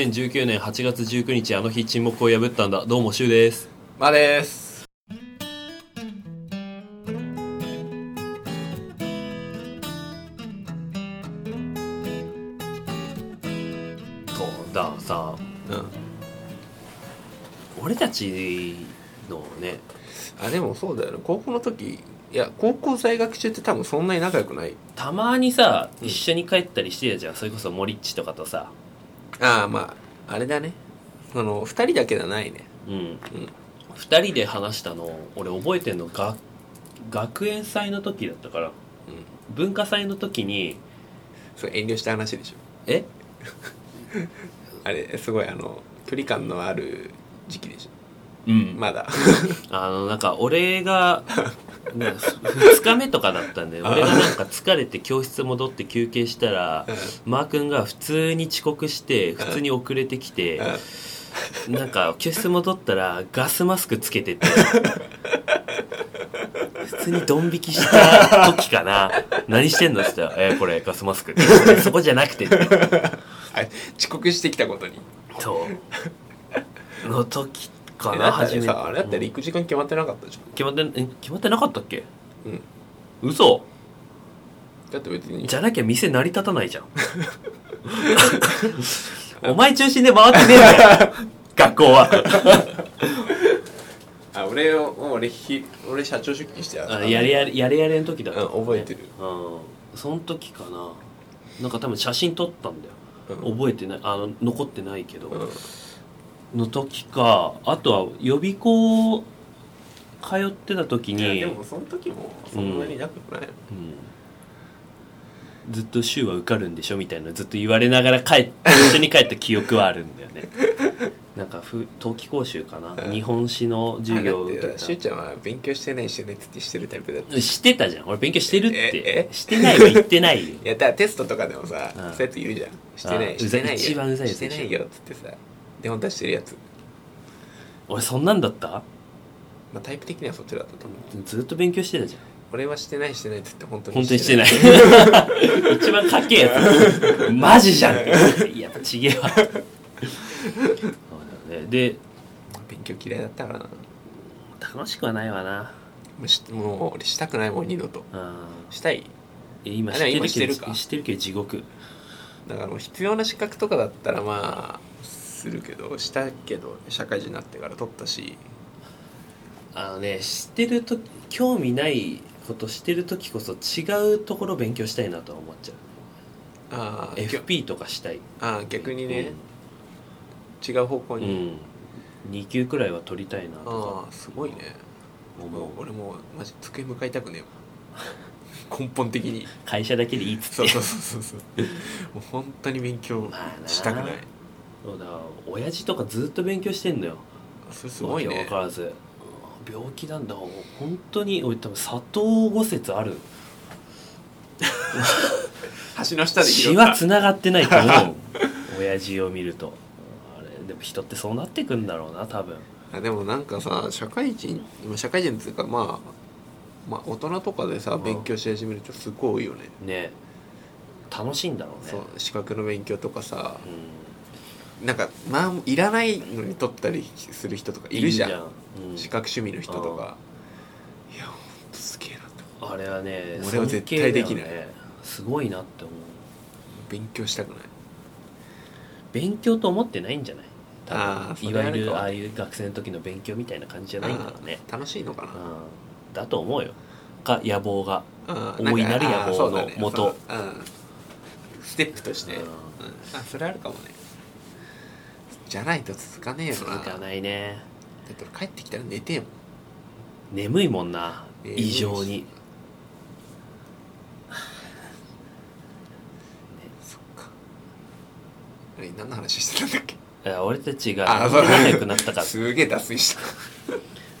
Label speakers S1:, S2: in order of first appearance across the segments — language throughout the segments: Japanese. S1: 2019年8月19日あの日沈黙を破ったんだどうもシュウです
S2: まあです。
S1: とだからさ
S2: うん。
S1: 俺たちのね
S2: あ、でもそうだよね。高校の時、いや、高校在学中って多分そんなに仲良くない。
S1: たまにさ
S2: うん
S1: 一緒に帰ったりしてたじゃんそれこそモリッチとかとさ
S2: ああ、まあ、あれだね。あの、二人だけじゃないね。
S1: うん、2人で話したの俺覚えてんのが学園祭の時だったから
S2: うん。
S1: 文化祭の時に
S2: それ遠慮した話でしょ。
S1: え
S2: あれ、すごい、あの、距離感のある時期でし
S1: うん
S2: ょ。ま だ。
S1: あのなんか俺 が2日目とかだったんで俺がなんか疲れて教室戻って休憩したらマー君が普通に遅刻して普通に遅れてきて
S2: うん
S1: なんか教室戻ったらガスマスクつけてて普通にドン引きした時かな何してんのって言ったら「えこれガスマスク」そこじゃなくて」
S2: あ遅刻してきたことに。
S1: そうの時か
S2: え
S1: な
S2: だっ
S1: 初
S2: て
S1: めて
S2: さ、あれだって
S1: うん
S2: 陸時間決まってなかったでし
S1: 決まってんえ決まってなかったっけ
S2: ょ。うん。
S1: 嘘
S2: だって別に
S1: じ。ゃなきゃ店成り立たないじゃん。 お前中心で回ってねえん だよ。学校は。
S2: あ、俺を、俺、ひ俺社長出勤してた
S1: やれやれ、やれやれの時だった、
S2: うん覚えてる。
S1: うん。その時かな。なんか多分写真撮ったんだよ。
S2: うん
S1: 覚えてない。あの、残ってないけど。
S2: うん
S1: の時か、あとは予備校通ってた時
S2: いや
S1: に、
S2: でもその時もそんなになくない、
S1: うんずっと週は受かるんでしょみたいなのずっと言われながら帰っ一緒に帰った記憶はあるんだよね なんかふ冬季講習かな
S2: うん
S1: 日本史の授業を受
S2: だ
S1: け
S2: ってしゅう
S1: た
S2: ちゃんは勉強してないしてねってしてるタイプだったい
S1: してたじゃん俺勉強してるっ
S2: え
S1: て
S2: え
S1: してないは言ってないよ
S2: やだからテストとかでもさ、
S1: うん
S2: そうやって言うじゃんしてな
S1: あ
S2: いしてない
S1: うざい
S2: よ
S1: 一番うざいやつ
S2: してないよっつってさで本当はしてるやつ、
S1: 俺そんなんだった
S2: まあ、タイプ的にはそっちだったと思う
S1: ずっと勉強してたじゃ
S2: 俺はしてないしてないっつって本当
S1: ん
S2: に
S1: 本当にしてない 一番かっけえやつマジじゃんい やちげえわそうだよねで
S2: 勉強嫌いだったからなも
S1: 楽しくはないわな
S2: うしもう俺したくないもん二度と
S1: うん
S2: したい
S1: え今
S2: あでも今
S1: してるけ
S2: してる
S1: ど
S2: か
S1: 知ってるけど地獄
S2: だからもう必要な資格とかだったらまあするけどしたけど社会人になってから取ったし
S1: あのね知ってると興味ないことしてる時こそ違うところ勉強したいなとは思っちゃ
S2: あ
S1: う
S2: ーきょ
S1: FP とかしたい
S2: あー逆にね、違う方向
S1: うん、
S2: に、
S1: うん2級くらいは取りたいな
S2: あ
S1: と
S2: あすごいね
S1: か思
S2: も
S1: う
S2: う俺もうマジ机向かいたくねえもん 根本的に
S1: 会社だけでいいっつ
S2: そ
S1: って
S2: うそうそうそうもう本当に勉強
S1: まあな
S2: したくない
S1: そうだ親父とかずっと勉強してんのよ
S2: それすごい
S1: わけ
S2: ね
S1: わからずうん病気なんだ本当に俺多分砂糖五節ある
S2: 橋の下で拾
S1: 血
S2: っ
S1: は
S2: た
S1: つながってないと思う 親父を見るとあれでも人ってそうなってくんだろうな多分
S2: あでもなんかさ社会人今社会人っていうかまあまあ大人とかでさ
S1: うん
S2: 勉強し始めるとすごい多いよね
S1: ね楽しいんだろうね
S2: そう資格の勉強とかさ
S1: う
S2: なんかまあいらないのに取ったりする人とか
S1: ん
S2: いるじゃん
S1: うん
S2: 資格趣味の人とかいやほんとすげえなと
S1: あれはね
S2: 俺は絶対できな
S1: 尊
S2: い
S1: 敬だよねすごいなって思う
S2: 勉強したくない
S1: 勉強と思ってないんじゃない多分
S2: あーそ
S1: い
S2: れは
S1: わ
S2: あるか
S1: ゆるああいう学生の時の勉強みたいな感じじゃないんだろうね
S2: あー楽しいのかな
S1: うんだと思うよか野望が
S2: あー
S1: 思いなり野望
S2: んかあーそうだね
S1: の元
S2: そううんステップとして、
S1: う
S2: うんんあそれあるかもねじゃないと続かねえよな
S1: 続か
S2: だ
S1: ないね
S2: って俺帰ってきたら寝てえもん
S1: 眠いもんな
S2: 眠いし
S1: 異常に
S2: そっかあれ何の話してたんだっけ
S1: いや俺たちが
S2: あそう
S1: 仲良くなったから
S2: すげえ脱水し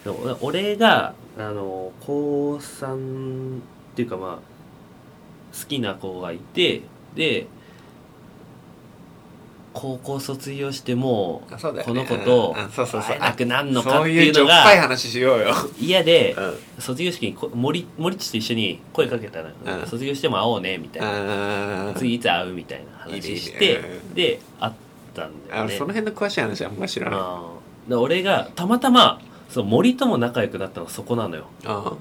S2: た
S1: でも俺があの高3っていうかまあ好きな子がいてで高校卒業しても
S2: あそうだよ
S1: こ
S2: ね
S1: の子と
S2: うんうんそうそうそ
S1: 会
S2: う
S1: えなくなんのかっ
S2: そう
S1: て
S2: い
S1: いう
S2: うちょ
S1: の
S2: っぱい
S1: が
S2: 話しようよ、
S1: 嫌で
S2: うん、
S1: 卒業式にこ森森地と一緒に声かけたのよ
S2: うん
S1: 卒業しても会おうねみたいな
S2: あー
S1: 次いつ会うみたいな話して
S2: いいねいいね
S1: で会っったんだ
S2: あ
S1: よ
S2: の
S1: ね
S2: その辺の詳しい話はあんま知らないあ
S1: あーで俺がたまたまそう森とも仲良くなったのはそこなのよ
S2: あ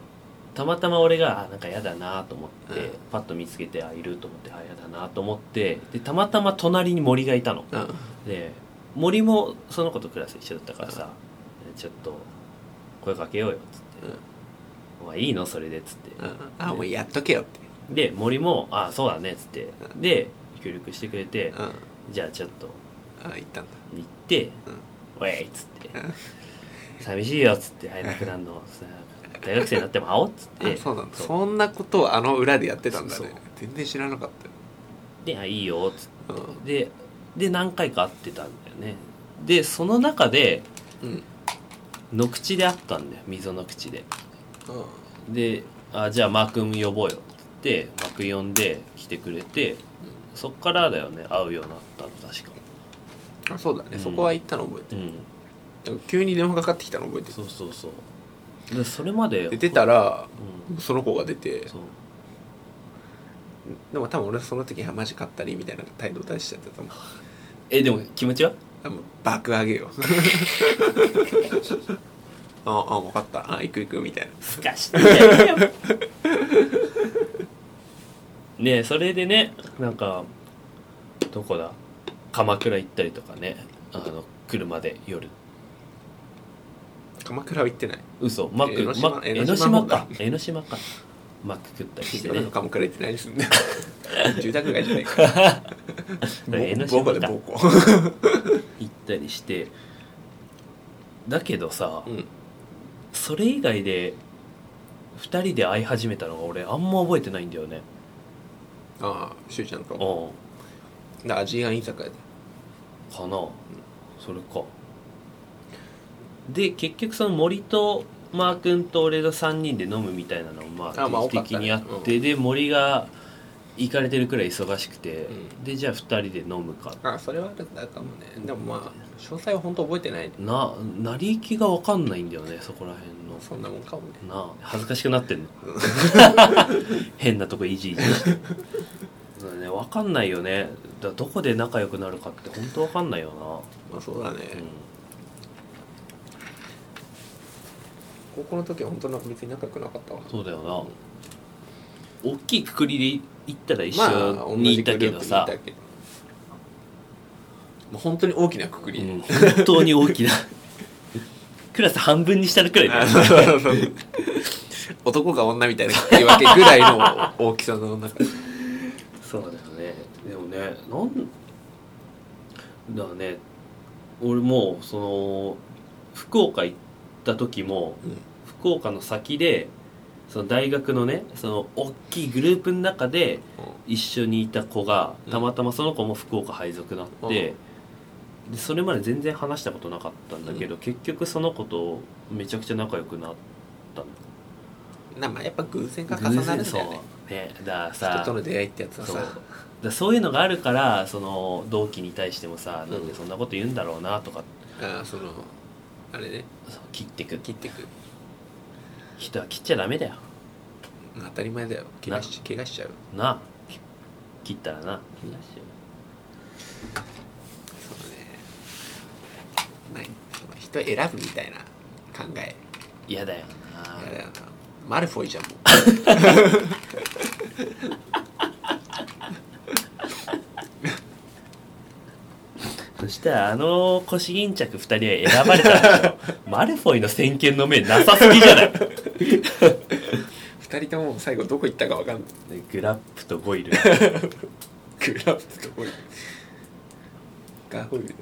S1: たまたま俺があなんか嫌だなと思って、
S2: うん
S1: パッと見つけてあいると思ってあ嫌だなと思ってでたまたま隣に森がいたの
S2: あ
S1: で森もその子とクラス一緒だったからさ、ちょっと声かけようよっつって「
S2: うん
S1: お前いいのそれで」っつって、
S2: あああもうやっとけよって
S1: で森も「あそうだね」っつってで協力してくれて、
S2: あ
S1: じゃあちょっと
S2: あ言ったんだ
S1: 行って「ウェイ!」っつって
S2: うん
S1: 「寂しいよ」っつって「会えなくなる のさ大学生になっても会おう」っつっ
S2: あ
S1: て
S2: そうなんだ
S1: そう
S2: そんなことをあの裏でやってたんだ
S1: そう
S2: ね全然知らなかった
S1: であ「いいよ」っつって
S2: よ
S1: でで何回か会ってたんだよねでその中で
S2: うんうん
S1: 野口で会ったんだよ溝の口でであじゃあマー君呼ぼうよって言ってマー君呼んで来てくれてそっからだよね会うようになったの確か
S2: あそうだね、
S1: うん
S2: そこは行ったの覚えて
S1: うん
S2: る急に電話かかってきたの覚えて
S1: そうそうそうでそれまで
S2: るで出たら
S1: うん
S2: その子が出て
S1: そう
S2: でも多分俺はその時はマジ買ったりみたいな態度出しちゃったと思う
S1: えでも気持ちは
S2: 多分爆上 げよああ分かったあ行く行くみたいな
S1: すかしてやるよねえそれでねなんかどこだ鎌倉行ったりとかねあの車で夜
S2: 鎌倉は行ってない
S1: 嘘マック
S2: 江ノ島
S1: マック江
S2: 江
S1: ノ
S2: ノ島
S1: 島か江ノ島かマック食ったりして
S2: 俺
S1: ね
S2: の鎌倉行って何すん だよ住宅街じゃないから
S1: 江ノ
S2: ぼ
S1: 島か
S2: ぼこでぼこ
S1: 行ったりしてだけどさ、
S2: うん
S1: それ以外で2人で会い始めたのが俺あんま覚えてないんだよね
S2: ああしゅうちゃんと
S1: うん
S2: だアジアン居酒屋で
S1: かな、それかで結局その森とマー君と俺が3人で飲むみたいなのもま
S2: あまあ
S1: あ定期的にあって
S2: 多かったね
S1: で森が行かれてるくらい忙しくて、
S2: うん
S1: でじゃあ2人で飲むか
S2: ああそれはあるんだかもねでもまあ詳細は本当覚えてない
S1: な成り行きが分かんないんだよねそこら辺の
S2: そんなもんかもね
S1: なあ恥ずかしくなってんの 変なとこいじいじしてだからね分かんないよねだからどこで仲良くなるかって本当分かんないよ
S2: まあそうだ
S1: な、
S2: ね、
S1: うん、
S2: 高校の時は本当なんか別に仲良くなかったわ
S1: そうだよな大きいくくりで言ったら一
S2: まあ
S1: 緒にいたけどさ、
S2: 同じグループにいたけどもう本当に大きなくくり、
S1: うん本当に大きな クラス半分にしたらくらいだ
S2: あ
S1: よ
S2: そうそうそう 男が女みたいなくくり分けぐらいの 大きさの中で
S1: そうだよねでもねなんだからね俺もうその福岡行った時も、
S2: うん
S1: 福岡の先でその大学のねその大きいグループの中で一緒にいた子が
S2: うん
S1: たまたまその子も福岡配属になって、でそれまで全然話したことなかったんだけど、結局その子とめちゃくちゃ仲良くなったの
S2: なまあやっぱ偶然が重なるんだよね
S1: そうねだからさ
S2: 人との出会いってやつは
S1: そう
S2: さ
S1: だからそういうのがあるからその同期に対してもさなんでそんなこと言うんだろうなとか、
S2: あそのあれね
S1: そう切ってく
S2: 切ってく
S1: 人は切っちゃダメだよ
S2: 当たり前だよ怪我し怪我しちゃう
S1: なあき切ったらな、
S2: うんそうだねないその人選ぶみたいな考え
S1: 嫌だよな
S2: あれだなマルフォイじゃんもう
S1: そしたらあの腰巾着2人は選ばれたんでし ょマルフォイの先見の目なさすぎじゃない
S2: 二人とも最後どこ行ったか分かんない
S1: グラップとゴイル
S2: グラフってどこにガホイルだ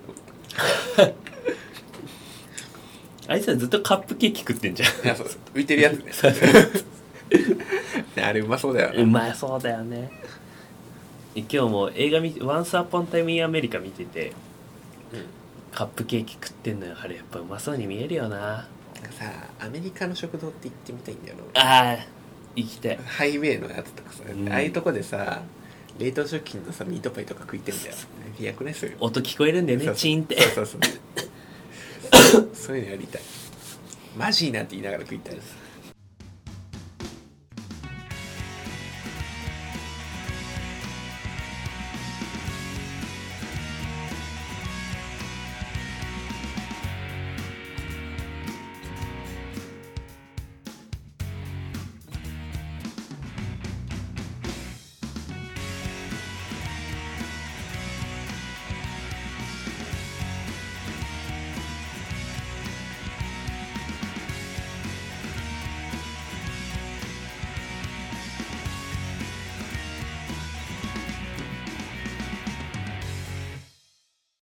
S1: あいつらずっとカップケーキ食ってんじ
S2: いやそう浮いてるやつ ね
S1: そう
S2: ねあれうまそうだ
S1: ゃん
S2: よ
S1: うまいそうだよね今日も映画見て「ワンスアポンタイムインアメリカ見ててカップケーキ食ってんのよあれやっぱうまそうに見えるよな
S2: なんかさアメリカの食堂って行ってみたいんだよな
S1: あー行きたい
S2: ハイウェイのやつとかさ、
S1: うん
S2: ああいうとこでさ冷凍食品のさミートパイとか食いてんだよ飛躍ねそれ
S1: 音聞こえるんだよ
S2: そ
S1: ね
S2: うそう
S1: チンって
S2: そうそうそうそういうのやりたいマジいいなって言いながら食いたいです